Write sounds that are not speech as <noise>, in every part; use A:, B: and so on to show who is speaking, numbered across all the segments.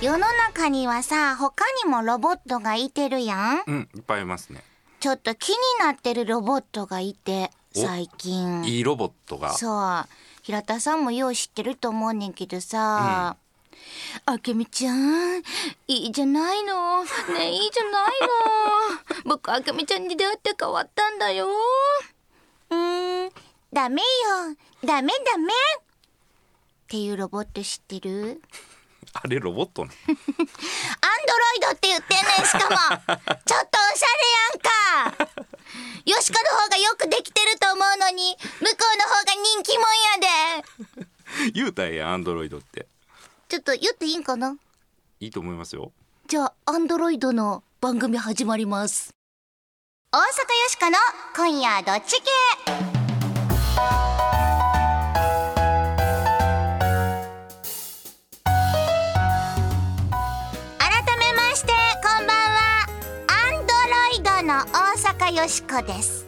A: 世の中にはさ、他にもロボットがいてるやん。
B: うん、いっぱいいますね。
A: ちょっと気になってるロボットがいて、
B: お
A: 最近。
B: いいロボットが。
A: そう平田さんもよう知ってると思うねんけどさ、あけみちゃんいいじゃないのねえいいじゃないの <laughs> 僕あけみちゃんに出会って変わったんだようーんダメよダメダメっていうロボット知ってるアンドロイ
B: あれロボットな
A: ドって言ってんねんしかも <laughs> ちょっとおしゃれやんか <laughs> よしこの方がよくできてると思うのに向こうの方が人気もんやで
B: の <laughs> 言うたらええやんアンドロイドって。
A: ちょっと言っていいんかない
B: いと思いますよ。
A: じゃあ、アンドロイドの番組始まります。大阪よしかの今夜どっち系改めまして、こんばんは。アンドロイドの大阪よしこです。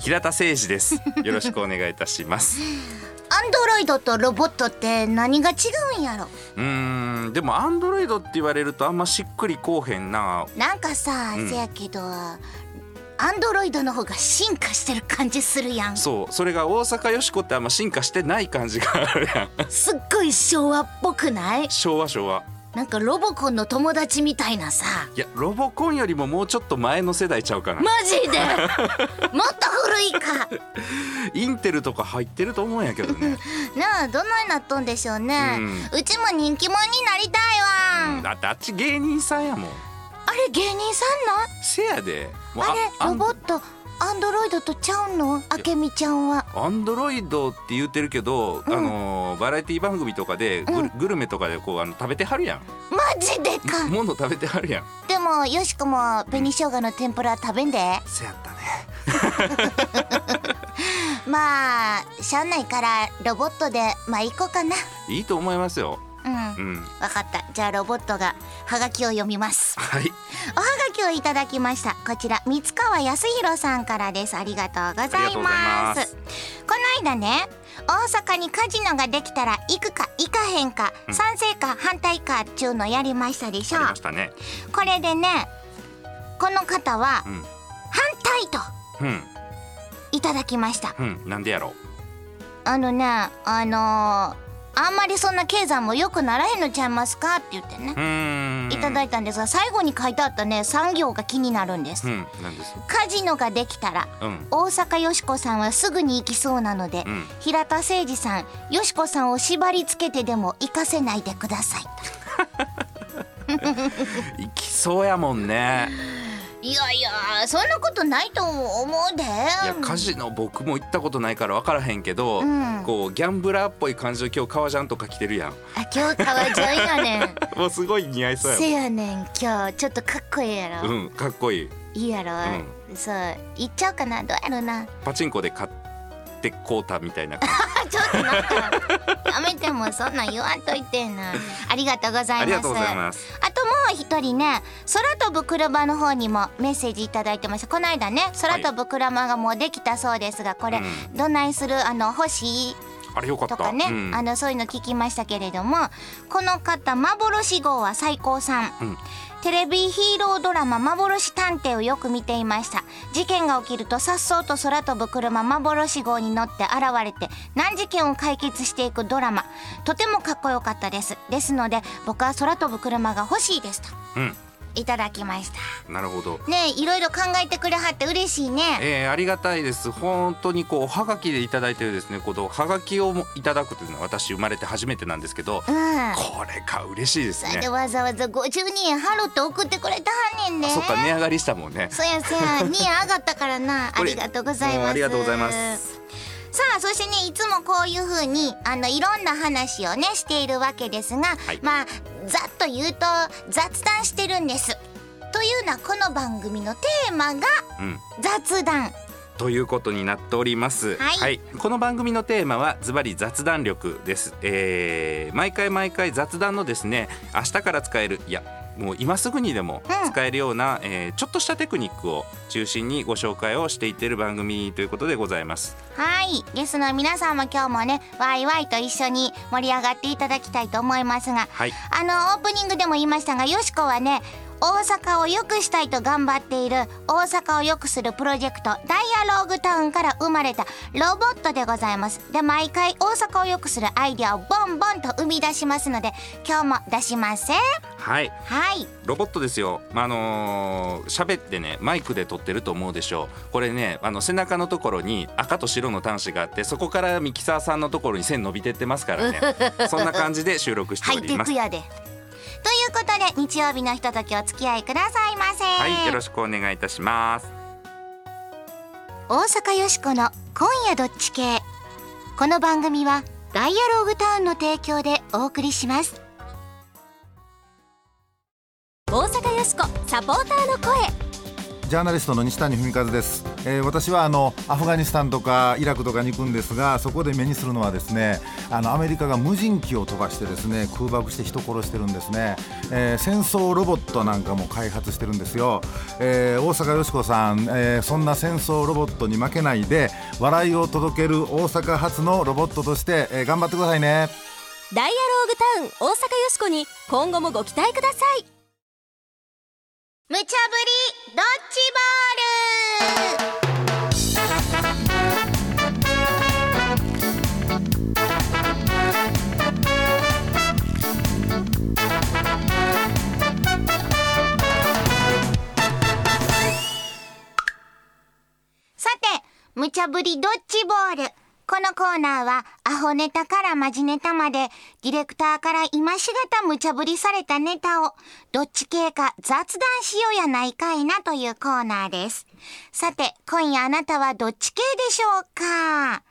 B: 平田誠
A: <laughs>
B: 二です。よろしくお願いいたします。
A: アンドロイドとロボットって何が違うんやろ
B: うーん、でもアンドロイドって言われるとあんましっくりこうへんな。
A: なんかさ、
B: うん
A: せやけど、アンドロイドの方が進化してる感じするやん。
B: そう、それが大阪よしこってあんま進化してない感じがあるやん。 <laughs>
A: すっごい昭和っぽくない
B: 昭和昭和。
A: なんかロボコンの友達みたいなさ
B: いや、ロボコンよりももうちょっと前の世代ちゃうかな。
A: マジ <laughs> でもっと古いか
B: インテルとか入ってると思うんやけどね。
A: なあどないなっとんでしょうね、うちも人気者になりたいわ、ん、あ
B: だってあっち芸人さんやもん。
A: れ芸人さ
B: せやで。
A: んなんあれロボットアンドロイドとちゃうのあけみちゃんは
B: アンドロイドって言ってるけど、あのーバラエティ番組とかでグル,、グルメとかでこうあの食べてはるやん、
A: マジで
B: <laughs>
A: か
B: もの食べてはるやん
A: でもよしこも紅生姜の天ぷら食べんで
B: せやったね
A: まあしゃあないからロボットでまあ行こうかない
B: いと思いますよ
A: うんわ
B: うん
A: かったじゃあロボットがハガキを読みます
B: はい
A: おはがきをいただきましたこちら三川康弘さんからですありがとうございま
B: ありがとうござ
A: す
B: います
A: この間ね大阪にカジノができたら行くか行かへんか、
B: うん
A: 賛成か反対かっちゅうのやりましたでし
B: あ
A: ょ
B: りましたね
A: これでねこの方は
B: うん
A: 反対と
B: うん
A: いただきました
B: うんなんでやろ
A: あのねあのーあんまりそんな経済も良くならへんのちゃいますかって言ってね
B: ううーん
A: いただいたんですが最後に書いてあったね産業が気になるんです、
B: うんなんです
A: カジノができたら
B: うん
A: 大阪よしこさんはすぐに行きそうなので、
B: うん
A: 平田誠二さんよしこさんを縛り付けてでも行かせないでください
B: いきそうやもんね
A: いやいやそんなことないと思うで
B: いやカジノ僕も行ったことないから分からへんけど、
A: うん
B: こうギャンブラーっぽい感じの今日革ジャンとか着て
A: <laughs>
B: るやん
A: あ今日革ジャンやねん
B: もうすごい似合い <laughs> そうやも
A: せやねん今日ちょっとかっこいいやろ、
B: んうんかっこいい
A: いいやろ、そう行っちゃおうかなどうやろな
B: パチンコで買ってこうたみたいな感じ
A: あちょっとなんかやめてもうそんなん言わんといてなありがとうござ
B: あ
A: い
B: りが
A: ま
B: とう
A: す
B: ございます。
A: あともう一人ね空飛ぶ車の方にもメッセージいただいてましたこの間ね空飛ぶ車がもうできたそうですがこれ、
B: うん
A: どないするあの欲しい
B: あれよかった。
A: とかね、
B: うん
A: あのそういうの聞きましたけれどもこの方幻号は最高さん、
B: うん
A: テレビヒーロードラマ「幻探偵」をよく見ていました事件が起きると颯爽と空飛ぶ車幻号に乗って現れて難事件を解決していくドラマとてもかっこよかったですですので僕は空飛ぶ車が欲しいですと
B: う
A: いただきました
B: ん、なるほど。
A: ねえいろいろ考えてくれはって嬉しいね
B: えー、ありがたいです。本当にこうおはがきでいただいてるですね。このはがきをもいただくというのは私生まれて初めてなんですけど、
A: うん
B: これか嬉しいです
A: それで
B: ね。
A: わざわざ52円払って送ってくれたはんねんで、
B: あそっか値上がりしたもんね。
A: そやそ
B: <laughs>
A: や、2円上がったからな。あ
B: これ
A: りがとうございま
B: も
A: す。
B: うありがとうございます。
A: さあ、そしてね、いつもこういう風に、あの、いろんな話をね、しているわけですが、
B: い
A: まあ、ざっと言うと、雑談してるんです。というのは、この番組のテーマが、
B: うん。
A: 雑談。
B: ということになっております。
A: はい
B: この番組のテーマはズバリ雑談力です。えー毎回毎回雑談のですね、明日から使えるいや。もう今すぐにでも
A: うん
B: 使えるような、えーちょっとしたテクニックを中心にご紹介をしていってる番組ということでございます。
A: はいゲストの皆さんも今日もねワイワイと一緒に盛り上がっていただきたいと思いますが
B: はい、
A: あのオープニングでも言いましたがよしこはね大阪を良くしたいと頑張っている大阪を良くするプロジェクトダイアローグタウンから生まれたロボットでございますで毎回大阪を良くするアイデアをボンボンと生み出しますので今日も出しません
B: はい
A: はい
B: ロボットですよ、まああのー喋ってねマイクで撮ってると思うでしょうこれねあの背中のところに赤と白の端子があってそこからミキサーさんのところに線伸びてってますから
A: <laughs>
B: ねそんな感じで収録して
A: ハ
B: お
A: イ
B: り
A: テ
B: ます
A: ク。やでということで日曜日のひとときお付き合いくださいませ
B: はい、よろしくお願いいたします。
A: 大阪よしこの今夜どっち系この番組はダイアローグタウンの提供でお送りします大阪よしこサポーターの声
C: ジャーナリストの西谷文和です、えー私はあのアフガニスタンとかイラクとかに行くんですがそこで目にするのはですねあのアメリカが無人機を飛ばしてですね空爆して人殺してるんですね、えー戦争ロボットなんかも開発してるんですよ、えー大阪よしこさん、えーそんな戦争ロボットに負けないで笑いを届ける大阪発のロボットとして、えー頑張ってくださいね
D: ダイアローグタウン大阪よしこに今後もご期待ください
A: 無茶ぶりドッジボールさて、無茶ぶりドッジボール。このコーナーは、アホネタからマジネタまで、ディレクターから今しがた無茶ぶりされたネタを、どっち系か雑談しようやないかいなというコーナーです。さて、今夜あなたはどっち系でしょうか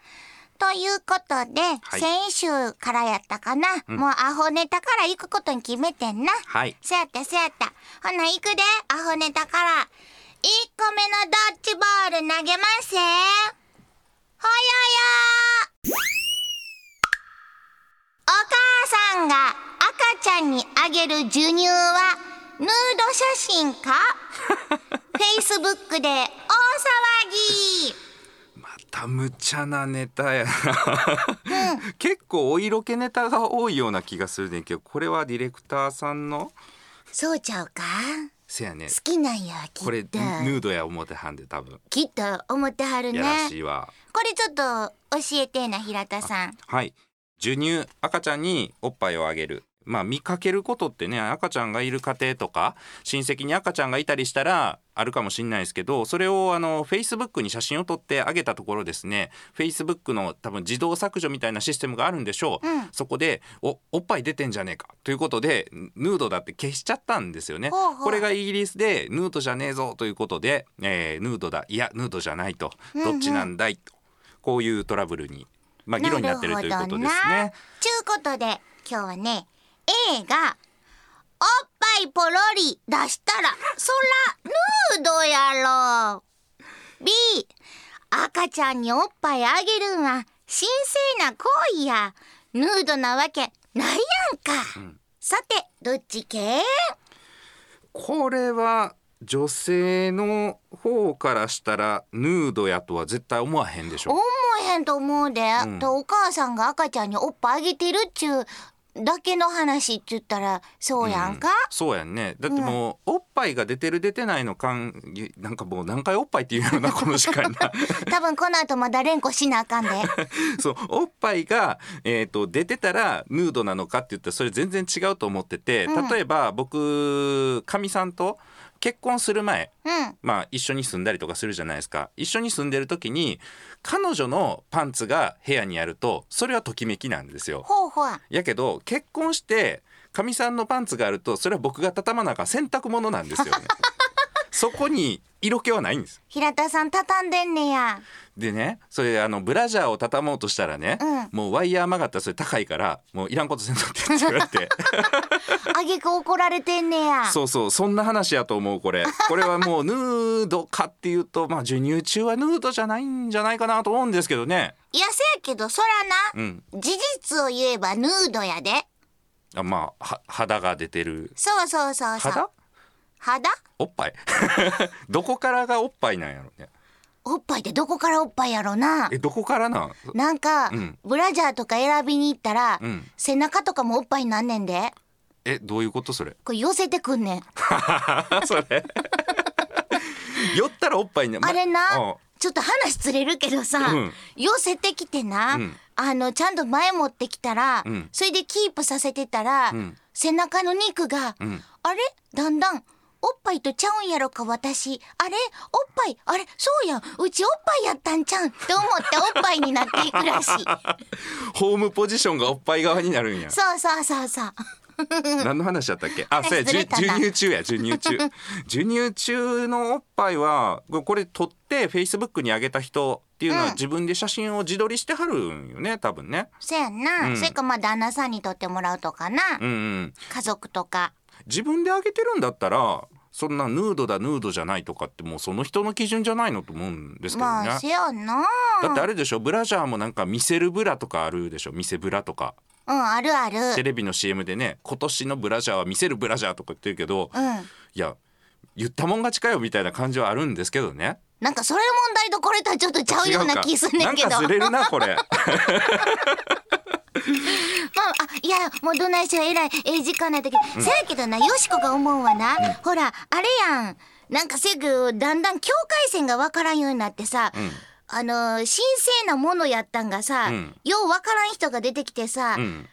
A: ということで、
B: はい
A: 先週からやったかな、もうアホネタから行くことに決めてんな。
B: はい
A: せやったせやった。ほな、行くで、アホネタから。1個目のドッジボール投げますよ。ほよよお母さんが赤ちゃんにあげる授乳は、ヌード写真
B: <laughs>
A: か ?Facebook で大騒ぎ
B: また無茶なネタやな、結構お色気ネタが多いような気がするねんけどこれはディレクターさんの
A: そうちゃうか
B: せやね
A: 好きなんや、き
B: これ
A: っ
B: ヌ
A: と。
B: ードや思ってはんで多分
A: きっと思ってはる
B: やらし
A: ね。
B: いわ、
A: これちょっと教えてえな、平田さん。
B: はい授乳赤ちゃんにおっぱいをあげるまあ見かけることってね赤ちゃんがいる家庭とか親戚に赤ちゃんがいたりしたらあるかもしれないですけどそれをあの Facebook に写真を撮ってあげたところですね Facebook の多分自動削除みたいなシステムがあるんでしょう、
A: うん
B: そこでおおっぱい出てんじゃねえかということでヌードだって消しちゃったんですよね
A: ほうほう
B: これがイギリスでヌードじゃねえぞということで、えーヌードだいやヌードじゃないとどっちなんだいと、こういうトラブルにまあ議論になってるということで
A: なる
B: す
A: ほどな
B: ね。
A: ちゅうことで今日はね A が「おっぱいポロリ」出したらそらヌードやろ B 赤ちゃんにおっぱいあげるんは神聖な行為やヌードなわけないやんか、さてどっち系
B: これは女性の方からしたらヌードやとは絶対思わへんでし
A: 思
B: ょ。
A: えへんと思うで、
B: ん
A: とお母さんが赤ちゃんにおっぱいあげてるっちゅうだけの話っちゅったらそうやんか、
B: そうやんね。だってもう、おっぱいが出てる出てないの感なんかもう何回おっぱいっていうようなこの時
A: <laughs>
B: 間な。
A: 多分この後まだ連呼しなあかんで
B: そうおっぱいが、えー、と出てたらヌードなのかって言ったらそれ全然違うと思ってて、
A: うん
B: 例えば僕かみさんと結婚する前、
A: うん
B: まあ、一緒に住んだりとかするじゃないですか一緒に住んでる時に彼女のパンツが部屋にあるとそれはときめきなんですよ。
A: ほうほう
B: やけど結婚してかみさんのパンツがあるとそれは僕が畳まなあかん洗濯物なん
A: <laughs>
B: ですよね。そこに色気はないんです。
A: 平田さん畳んでんねや
B: でねそれあのブラジャーを畳もうとしたらね、
A: うん
B: もうワイヤー曲がったらそれ高いからもういらんことせんとってって言われて
A: あげく怒られてんねや
B: そうそうそんな話やと思うこ
A: <laughs>
B: れこれはもうヌードかっていうとまあ授乳中はヌードじゃないんじゃないかなと思うんですけどね
A: いやせやけどそら
B: うん
A: な、事実を言えばヌードやで
B: あまあは肌が出てる
A: そうそうそうそう
B: 肌
A: 肌
B: おっぱい <laughs> どこからがおっぱいなんやろね
A: おっぱいってどこからおっぱいやろな
B: えどこからなん
A: なんか、
B: うん
A: ブラジャーとか選びに行ったら、
B: うん
A: 背中とかもおっぱいになんねんで
B: えどういうこと
A: <laughs>
B: それ
A: これ寄せてくんねん
B: それ寄ったらおっぱいね、ま
A: あれな、
B: うん
A: ちょっと話ずれるけどさ、
B: うん
A: 寄せてきてな、
B: うん
A: あのちゃんと前持ってきたら、
B: うん
A: それでキープさせてたら、
B: うん
A: 背中の肉が、
B: ん
A: あれだんだんおっぱいとちゃうんやろか私あれおっぱいあれそうやんうちおっぱいやったんちゃうんと思っておっぱいになっていくらし
B: <laughs>
A: い
B: ホームポジションがおっぱい側になるんや
A: そうそうそうそう <laughs>
B: 何の話だったっけあ
A: 話
B: そうや
A: ず
B: 授
A: れたな
B: 乳中や授
A: <laughs>
B: 乳中授乳中のおっぱいはこれ撮ってフェイスブックに上げた人っていう
A: う
B: の
A: ん
B: は自分で写真を自撮りしてはるんよね多分ね
A: そやんな、
B: うん
A: それかまあ旦那さんにとってもらうとかな、
B: うんうん
A: 家族とか
B: 自分で上げてるんだったらそんなヌードだヌードじゃないとかってもうその人の基準じゃないのと思うんですけどね
A: まあせやな
B: だってあれでしょブラジャーもなんか見せるブラとかあるでしょ見せブラとか
A: うんあるある
B: テレビの CM でね今年のブラジャーは見せるブラジャーとか言ってるけど、
A: うん
B: いや言ったもん勝ちかよみたいな感じはあるんですけどね
A: なんかそれ問題とこれとはちょっとちゃうような気すんねんけど。
B: 違うかなんかずれるなこれ
A: <laughs> まあ、あ、いや、もうどないしろ偉い、ええ時間ないとき。せやけどな、よしこが思うわな。ほら、あれやん。なんかせぐ、だんだん境界線がわからんようになってさ、あのー、神聖なものやったんがさ、
B: うん
A: ようわからん人が出てきてさ、
B: うん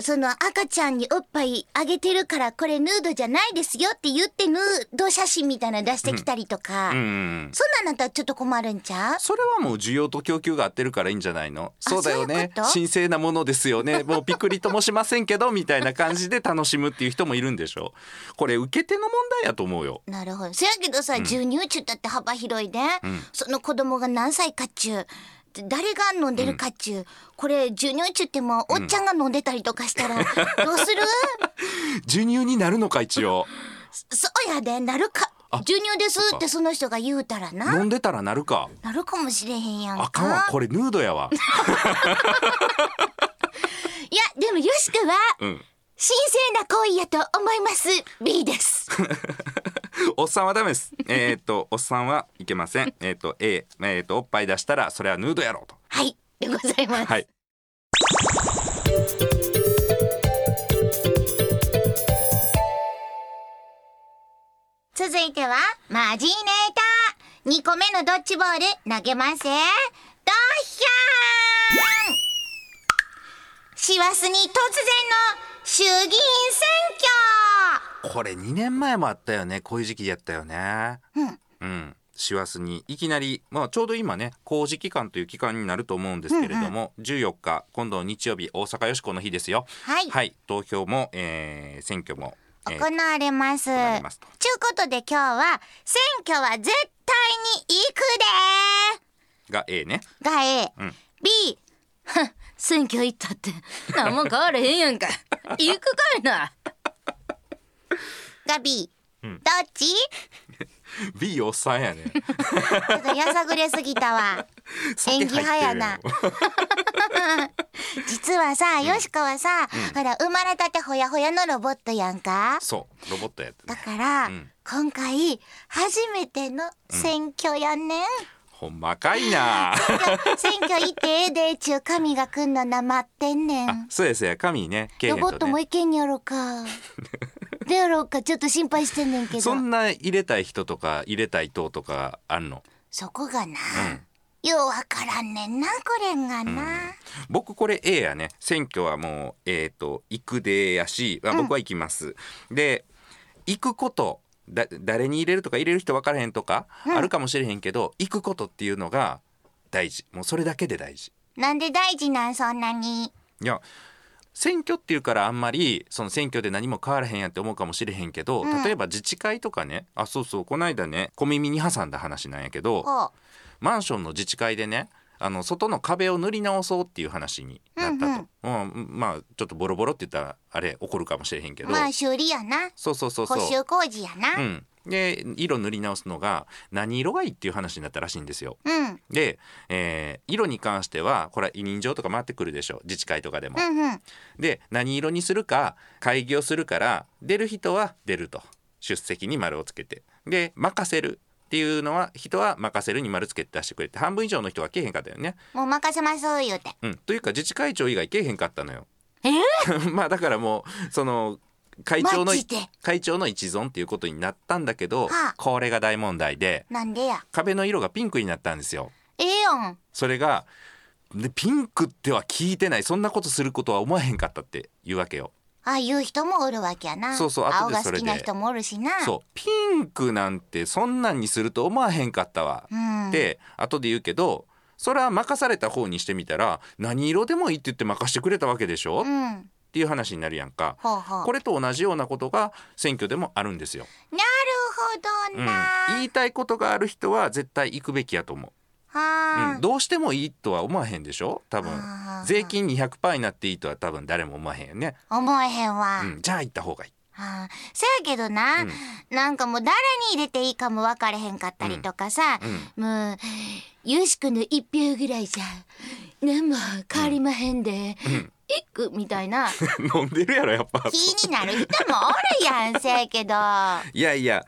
A: その赤ちゃんにおっぱいあげてるから、これヌードじゃないですよって言ってヌード写真みたいなの出してきたりとか、
B: うんうん
A: そんなんなったらちょっと困るんちゃう
B: それはもう需要と供給が合ってるからいいんじゃないの
A: あ
B: そうだ
A: そう
B: よ
A: いう
B: ね
A: こと
B: 神聖なものです
A: <laughs>
B: よねもうピクリともしませんけどみたいな感じで楽しむっていう人もいるんでしょこれ受け手の問題やと思うよ
A: なるほど。せやけどさ、授乳中だって幅広いで、その子供が何歳かっちゅう。で誰が飲んでるかっちゅう、これ授乳中ってもうおっちゃんが飲んでたりとか
B: <laughs>
A: したら、どうする
B: 授乳になるのか一応
A: そうやでなるか授乳ですってその人が言うたらな
B: 飲んでたらなるか
A: なるかもしれへんやんか
B: あかんわこれヌードやわ
A: いやでもよしくは
B: うん
A: 神聖な行為やと思います B です
B: <laughs> おっさんはダメです。えーっと、おっさんはいけません。えーっと、A、えーっと、おっぱい出したら、それはヌードやろうと。
A: はいでございます、
B: はい。
A: 続いてはマジネーター2個目のドッジボール投げますよドヒャーン師走に突然の衆議院選
B: これ2年前もあったよね。こういう時期やったよね。うん。師走にいきなり、まあ、ちょうど今ね工事期間という期間になると思うんですけれども、14日今度日曜日大阪よしこの日ですよ
A: はい
B: 投票も、えー選挙も、えー
A: 挙行われます。ちゅ
B: 行われ
A: う
B: ますと
A: ことで今日は選挙は絶対に行くでー
B: が A ね
A: が A、B ふん選挙行ったって何も変われへんやんか行くかい
B: <laughs>
A: なが B、どっち
B: B おっさんやね
A: ちょっとやさぐれすぎたわ <laughs> 演技派やな実はさよしこはさ、ほら生まれたてほやほやのロボットやんか
B: <laughs> そうロボットやって
A: だ
B: ね
A: から、
B: ん
A: 今回初めての選挙やねん、
B: ほんまかいな
A: <laughs> 選挙行ってええでちゅう神が来んのな待ってんねん
B: あ <laughs> そうですよ神ね
A: ロボットも
B: ね
A: いけんやろ
B: <laughs>
A: か。どうやろうかちょっと心配してんねんけど
B: そんな入れたい人とか入れたい党とかあんの
A: そこがな、ようわからんねんなこれがな、
B: 僕これ A やね選挙はもうえっ、と行くでやし、あ、僕は行きます、で行くことだ誰に入れるとか入れる人分からへんとか、あるかもしれへんけど行くことっていうのが大事もうそれだけで大事
A: なんで大事なんそんなに
B: いや選挙っていうからあんまりその選挙で何も変わらへんやって思うかもしれへんけど、例えば自治会とかねあそうそうこの間ね小耳に挟んだ話なんやけど、
A: こ
B: マンションの自治会でねあの外の壁を塗り直そうっていう話になったと。
A: うんうん
B: うん、まあちょっとボロボロって言ったらあれ怒るかもしれへんけど、
A: まあ修理やな
B: そうそうそうそ
A: 補
B: う
A: 修工事や
B: う
A: な、
B: ん、で色塗り直すのが何色がいいっていう話になったらしいんですよ。
A: うん、
B: で、えー色に関してはこれは委任状とか回ってくるでしょ自治会とかでも。
A: うんうん
B: で何色にするか会議をするから出る人は出ると出席に丸をつけてで任せるっていうのは人は任せるに丸つけて出してくれて半分以上の人はけえへんかったよね。
A: もう任せます言うて
B: うん、というか自治会長以外けえへんかったのよ。 <laughs>
A: え
B: まあだからもうその会長の
A: マジで
B: 会長の一存っていうことになったんだけど、
A: はあ
B: これが大問題で
A: なんでや
B: 壁の色がピンクになったんですよ。
A: ええやん
B: それがでピンクっては聞いてないそんなことすることは思わへんかったっていうわけよ。
A: ああいう人もおるわけやな
B: そうそう後で
A: 青が
B: そ
A: 好
B: れ
A: き
B: で
A: な人もおるしな
B: そうピンクなんてそんなんにすると思わへんかったわ
A: う、ん、
B: って後で言うけどそれは任された方にしてみたら何色でもいいって言って任してくれたわけでしょ、
A: う
B: っ
A: ん、
B: ていう話になるやんか。
A: ほうほう
B: これと同じようなことが選挙でもあるんですよ。
A: なるほ
B: う
A: ど
B: ん
A: な、、
B: 言いたいことがある人は絶対行くべきやと思う、
A: はあ、
B: うん、どうしてもいいとは思わへんでしょ多分
A: あー
B: 税金200%になっていいとは多分誰も思わへんよね、
A: 思えへんわ、
B: うん、じゃあ行った方がいい
A: はあ、せやけどな、
B: うん
A: なんかもう誰に入れていいかも分かれへんかったりとかさ、もうよしこの一票ぐらいじゃ何も変わりまへんで、一句みたいな
B: <laughs> うん <laughs> 飲んでるやろやっぱ
A: 気になる人もおるやんせや
B: <laughs>
A: けど
B: いやいや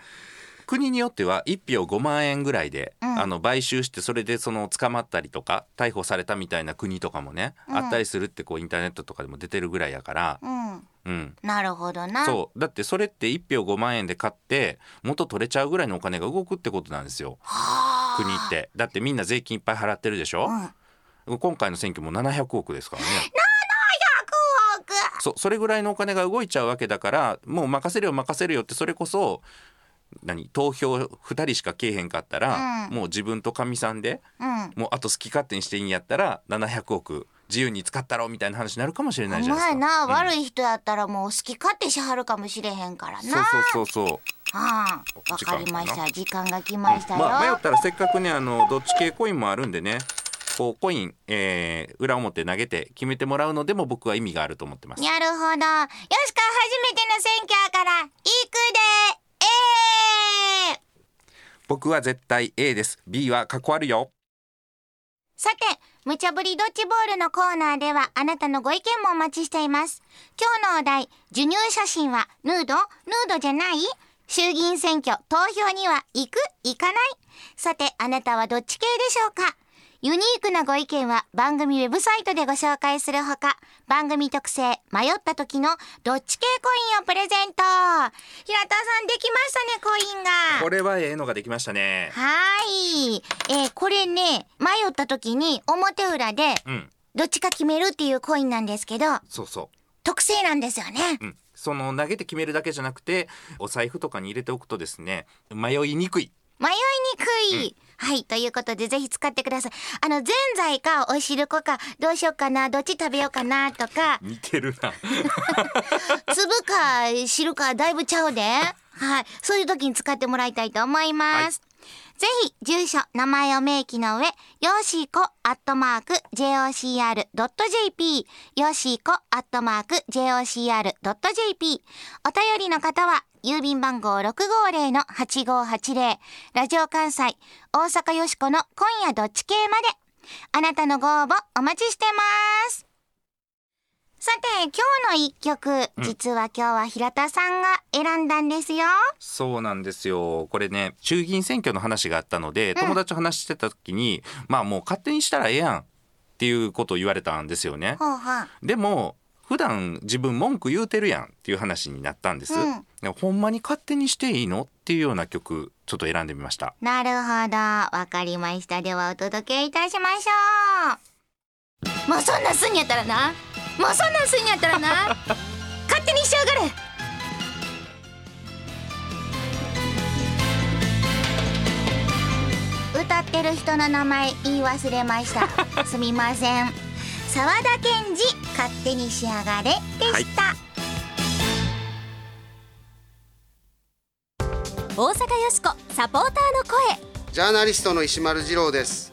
B: 国によっては1票5万円ぐらいで、
A: うん
B: あの買収してそれでその捕まったりとか逮捕されたみたいな国とかもね、
A: うん
B: あったりするってこうインターネットとかでも出てるぐらいやから、
A: うん
B: うん、
A: なるほどな
B: そうだってそれって1票5万円で買って元取れちゃうぐらいのお金が動くってことなんですよ
A: はあ
B: 国ってだってみんな税金いっぱい払ってるでしょ、今回の選挙も700億で
A: <laughs>
B: すからね
A: 100億
B: そうそれぐらいのお金が動いちゃうわけだからもう任せるよ任せるよってそれこそ何投票2人しかけえへんかったら、
A: うん
B: もう自分とかみさんで
A: うん
B: もうあと好き勝手にしていいんやったら700億自由に使ったろみたいな話になるかもしれないじ
A: お
B: ゃな
A: 前
B: いですか。
A: な、
B: うん
A: 悪い人やったらもう好き勝手しはるかもしれへんからな
B: そうそうそうそう
A: ああわかりました時間が来ましたよ、
B: まあ、迷ったらせっかくねあのどっち系コインもあるんでねこうコイン、えー裏表投げて決めてもらうのでも僕は意味があると思ってます。
A: なるほど。よしか、初めての選挙やから、行くでえー
B: 僕は絶対 A です B は過去あるよ
A: さて、無茶ぶりドッジボールのコーナーでは、あなたのご意見もお待ちしています。今日のお題、授乳写真はヌードヌードじゃない衆議院選挙、投票には行く行かないさて、あなたはどっち系でしょうかユニークなご意見は番組ウェブサイトでご紹介するほか、番組特製迷った時のどっち系コインをプレゼント。平田さんできましたね、コインが。
B: これはええのができましたね。
A: はーい。えーこれね、迷った時に表裏で、
B: うん
A: どっちか決めるっていうコインなんですけど、
B: そうそう
A: 特製なんですよね。
B: うん、その投げて決めるだけじゃなくてお財布とかに入れておくとですね迷いにくい、
A: 迷いにくい。はい。ということで、ぜひ使ってください。あの、ぜんざいか、おしるこか、どうしようかな、どっち食べようかな、とか
B: 似てる
A: <laughs>
B: な
A: 粒か、汁か、だいぶちゃうで。はい。そういう時に使ってもらいたいと思います。ぜひ、住所、名前を明記の上、よしこ、アットマーク、jocr.jp、よしこ、アットマーク、jocr.jp。お便りの方は、郵便番号650-8580、ラジオ関西、大阪よしこの今夜どっち系まで。あなたのご応募お待ちしてます。さて、今日の一曲、実は今日は平田さんが選んだんですよ。
B: そうなんですよこれね衆議院選挙の話があったので友達と話してた時に、まあもう勝手にしたらええやんっていうことを言われたんですよね
A: ほうほう。
B: でも普段自分文句言うてるやんっていう話になったんです、
A: うん
B: でほんまに勝手にしていいのっていうような曲ちょっと選んでみました
A: なるほど。わかりました。ではお届けいたしましょう。もうそんなんすんやったらな。もうそんなんすんやった <laughs> らな。勝手にしやがれ。歌ってる人の名前言い忘れました。すみません。沢田研二、勝手にしやがれでした。
D: 大阪よしこサポーターの声
E: ジャーナリストの石丸次郎です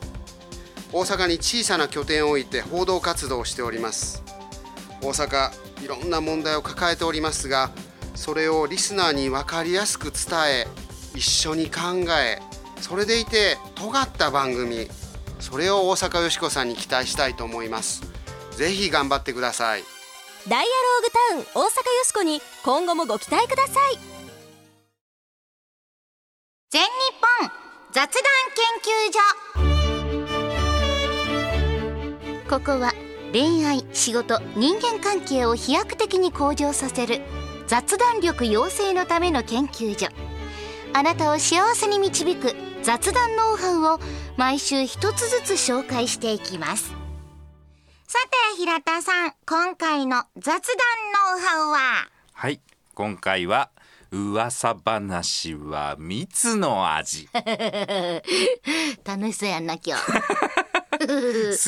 E: 大阪に小さな拠点を置いて報道活動をしております大阪いろんな問題を抱えておりますがそれをリスナーに分かりやすく伝え一緒に考えそれでいて尖った番組それを大阪よしこさんに期待したいと思いますぜひ頑張ってください
D: ダイアローグタウン大阪よしこに今後もご期待ください
A: 全日本雑談研究所ここは恋愛仕事人間関係を飛躍的に向上させる雑談力養成のための研究所あなたを幸せに導く雑談ノウハウを毎週一つずつ紹介していきますさて平田さん今回の雑談ノウハウは
B: はい今回は噂話は蜜の
A: <laughs>
B: 味
A: 楽しそうやんな今日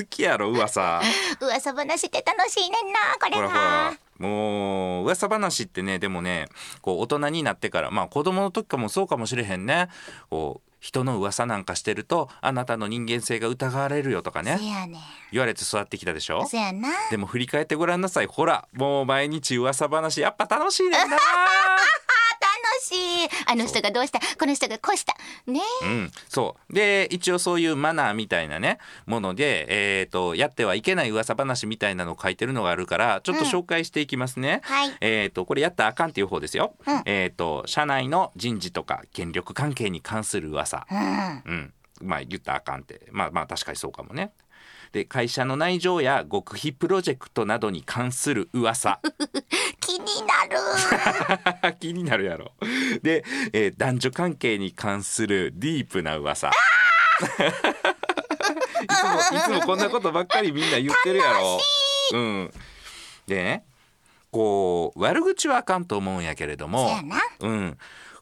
B: 好きやろ噂
A: <laughs> 噂話って楽しいねんなこれ
B: ほ
A: が
B: らほ
A: <laughs>
B: らもう噂話ってねでもねこう大人になってからまあ子供の時かもそうかもしれへんねこう人の噂なんかしてるとあなたの人間性が疑われるよとか
A: せ
B: ね
A: やね
B: 言われて育ってきたでしょ
A: んせやな
B: でも振り返ってごらんなさいほらもう毎日噂話やっぱ楽しいねん
A: <laughs>
B: な
A: 楽しいあの人がどうしたこの人がこうしたね
B: うん、そうで一応そういうマナーみたいなねもので、えー、とやってはいけない噂話みたいなのを書いてるのがあるからちょっと紹介していきますね。
A: はい
B: えー、とこれやったらあかんっていう方ですよ。
A: うん
B: えー、と社内の人事とか権力関係に関する噂、
A: うん
B: うん、まあ言ったらあかんってまあまあ確かにそうかもね。で会社の内情や極秘プロジェクトなどに関する噂
A: 気になる
B: <laughs> 気になるやろ。で、えー男女関係に関するディープな噂。 <laughs> いつもいつもこんなことばっかりみんな言ってるやろ。うん。でね、こう悪口はあかんと思 <laughs> うんやけれど
A: せ
B: も
A: や、な
B: うん、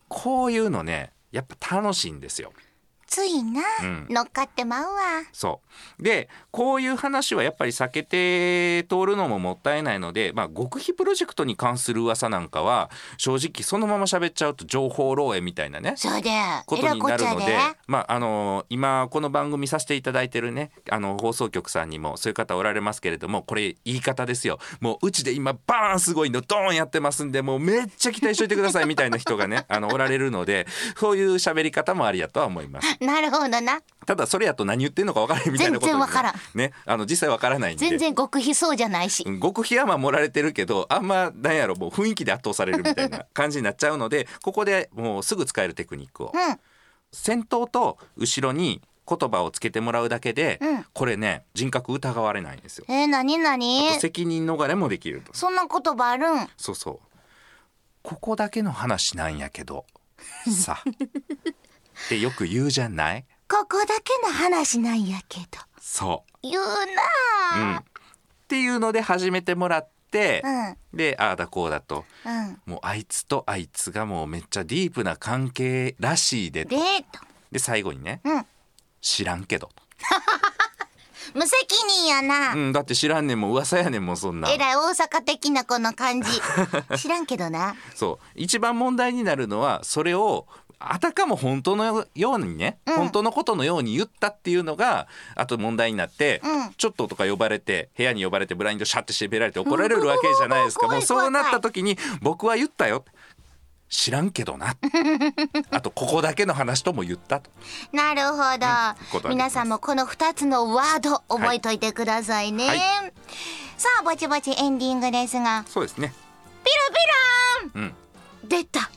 B: こういうのね、やっぱ楽しいんですよ。
A: ついな、
B: うん
A: 乗っかってまうわ
B: そうでこういう話はやっぱり避けて通るのももったいないので、まあ、極秘プロジェクトに関する噂なんかは正直そのまま喋っちゃうと情報漏洩みたいなね
A: そうでえ
B: こと
A: ら
B: に
A: こ
B: な
A: っち
B: る
A: ゃ
B: の
A: で
B: で、まああの今この番組させていただいてるねあの放送局さんにもそういう方おられますけれどもこれ言い方ですよもううちで今バーンすごいのドーンやってますんでもうめっちゃ期待しといてくださいみたいな人がねあのおられるのでそういう喋り方もありやとは思います
A: なるほどな
B: ただそれやと何言ってんのか分からへんみたいなことで
A: 全然分からん
B: ねあの実際分からないんで
A: 全然極秘そうじゃないし、
B: うん極秘は守られてるけどあんまなんやろもう雰囲気で圧倒されるみたいな感じになっちゃうのでここでもうすぐ使えるテクニックを、
A: うん
B: 先頭と後ろに言葉をつけてもらうだけで、
A: うん
B: これね人格疑われないんですよ。
A: えー、なになに
B: あと責任逃れもできると
A: そんな言葉あるん
B: そうそうここだけの話なんやけ
A: <laughs>
B: どさってよく言うじゃない
A: ここだけの話なんやけど
B: そ
A: 言う
B: う、うん、
A: なあ
B: っていうので始めてもらって、
A: うん
B: でああだこうだと
A: うん、
B: もうあいつとあいつがもうめっちゃディープな関係らしいで
A: デート
B: で最後にね、
A: うん
B: 知らんけど、
A: 無責任やな、
B: うん、だって知らんねんも噂やねんもんそんな
A: えらい大阪的なこの感 <laughs> じ知らんけどな
B: そう一番問題になるのはそれをあたかも本当のようにね、
A: うん
B: 本当のことのように言ったっていうのがあと問題になって、
A: うん
B: ちょっととか呼ばれて部屋に呼ばれてブラインドシャッてしてべられて怒られるわけじゃないですか、
A: うん怖
B: もう
A: い
B: そうなった時に僕は言ったよ知らんけ
A: <laughs>
B: どなあとここだけの話とも言ったと
A: なるほ
B: んこと
A: ど、
B: はできます
A: 皆さんもこの2つのワード覚えといてくださいね、
B: はい
A: さあぼちぼちエンディングですが
B: そうですね
A: ピロピローン、出た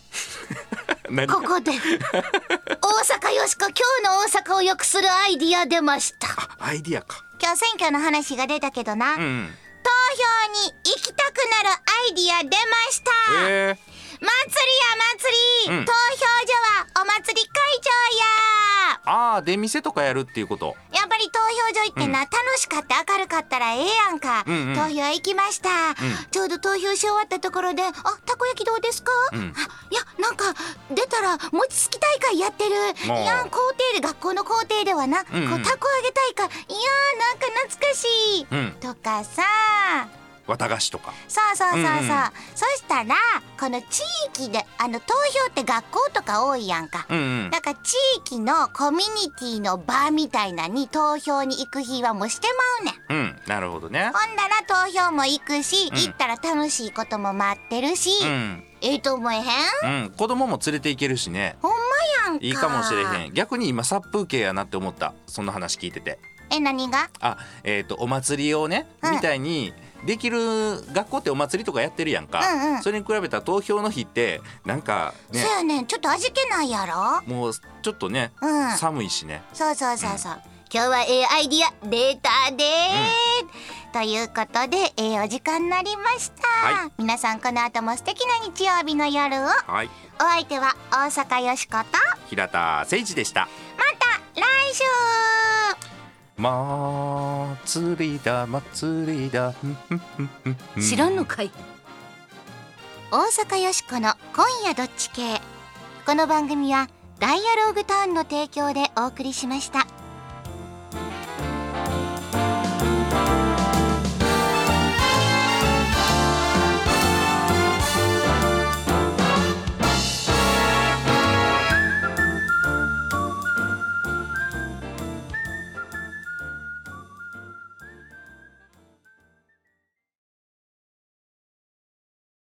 B: 何か
A: ここ <laughs> で大阪よしこ今日の大阪を良くするアイディア出ました
B: アイディアか
A: 今日選挙の話が出たけどな、
B: う
A: 投
B: ん
A: 票に行きたくなるアイディア出ました、
B: え
A: 祭りや祭り、
B: うん
A: 投票所はお祭り会場や
B: ー、ああ出店とかやるっていうこと
A: やっぱり投票所行ってな、楽しかった明るかったらええやんか、
B: うんうん
A: 投票行きました、ちょうど投票し終わったところで「あたこ焼きどうですか
B: うん
A: あいやなんか出たら餅つき大会やってるい
B: もう
A: や校庭で学校の校庭ではな、
B: うんうん
A: こうたこ揚げ大会いやーなんか懐かしい、
B: うん
A: とかさ
B: 綿菓子とか
A: そうそうそうそう、
B: うんうん
A: そしたらこの地域であの投票って学校とか多いやんか、
B: うんうん
A: なんか地域のコミュニティの場みたいなに投票に行く日はもうしてまうねん
B: うんなるほどね
A: ほんだら投票も行くし、
B: うん
A: 行ったら楽しいことも待ってるし、
B: うん、
A: ええと思えへん
B: うん、子供も連れていけるしね
A: ほんまやんか
B: いいかもしれへん逆に今殺風景やなって思ったそんな話聞いてて
A: え何が
B: あえっ、とお祭りをね、
A: うん
B: みたいにできる学校ってお祭りとかやってるやんか、
A: うんうん
B: それに比べたら投票の日ってなんか
A: そ
B: ね
A: うやねんちょっと味気ないやろ
B: もうちょっとね、
A: うん
B: 寒いしね
A: そうそうそうそう、今日はええアイディアデータでー、ということでええお時間になりました、
B: は
A: 皆さんこの後も素敵な日曜日の夜を
B: はい
A: お相手は大阪よしことま
B: 平田誠二でした
A: た来週
B: 祭りだ祭りだ
D: 知らんのかい
A: 大阪よしこの今夜どっち系この番組はダイアローグタウンの提供でお送りしました。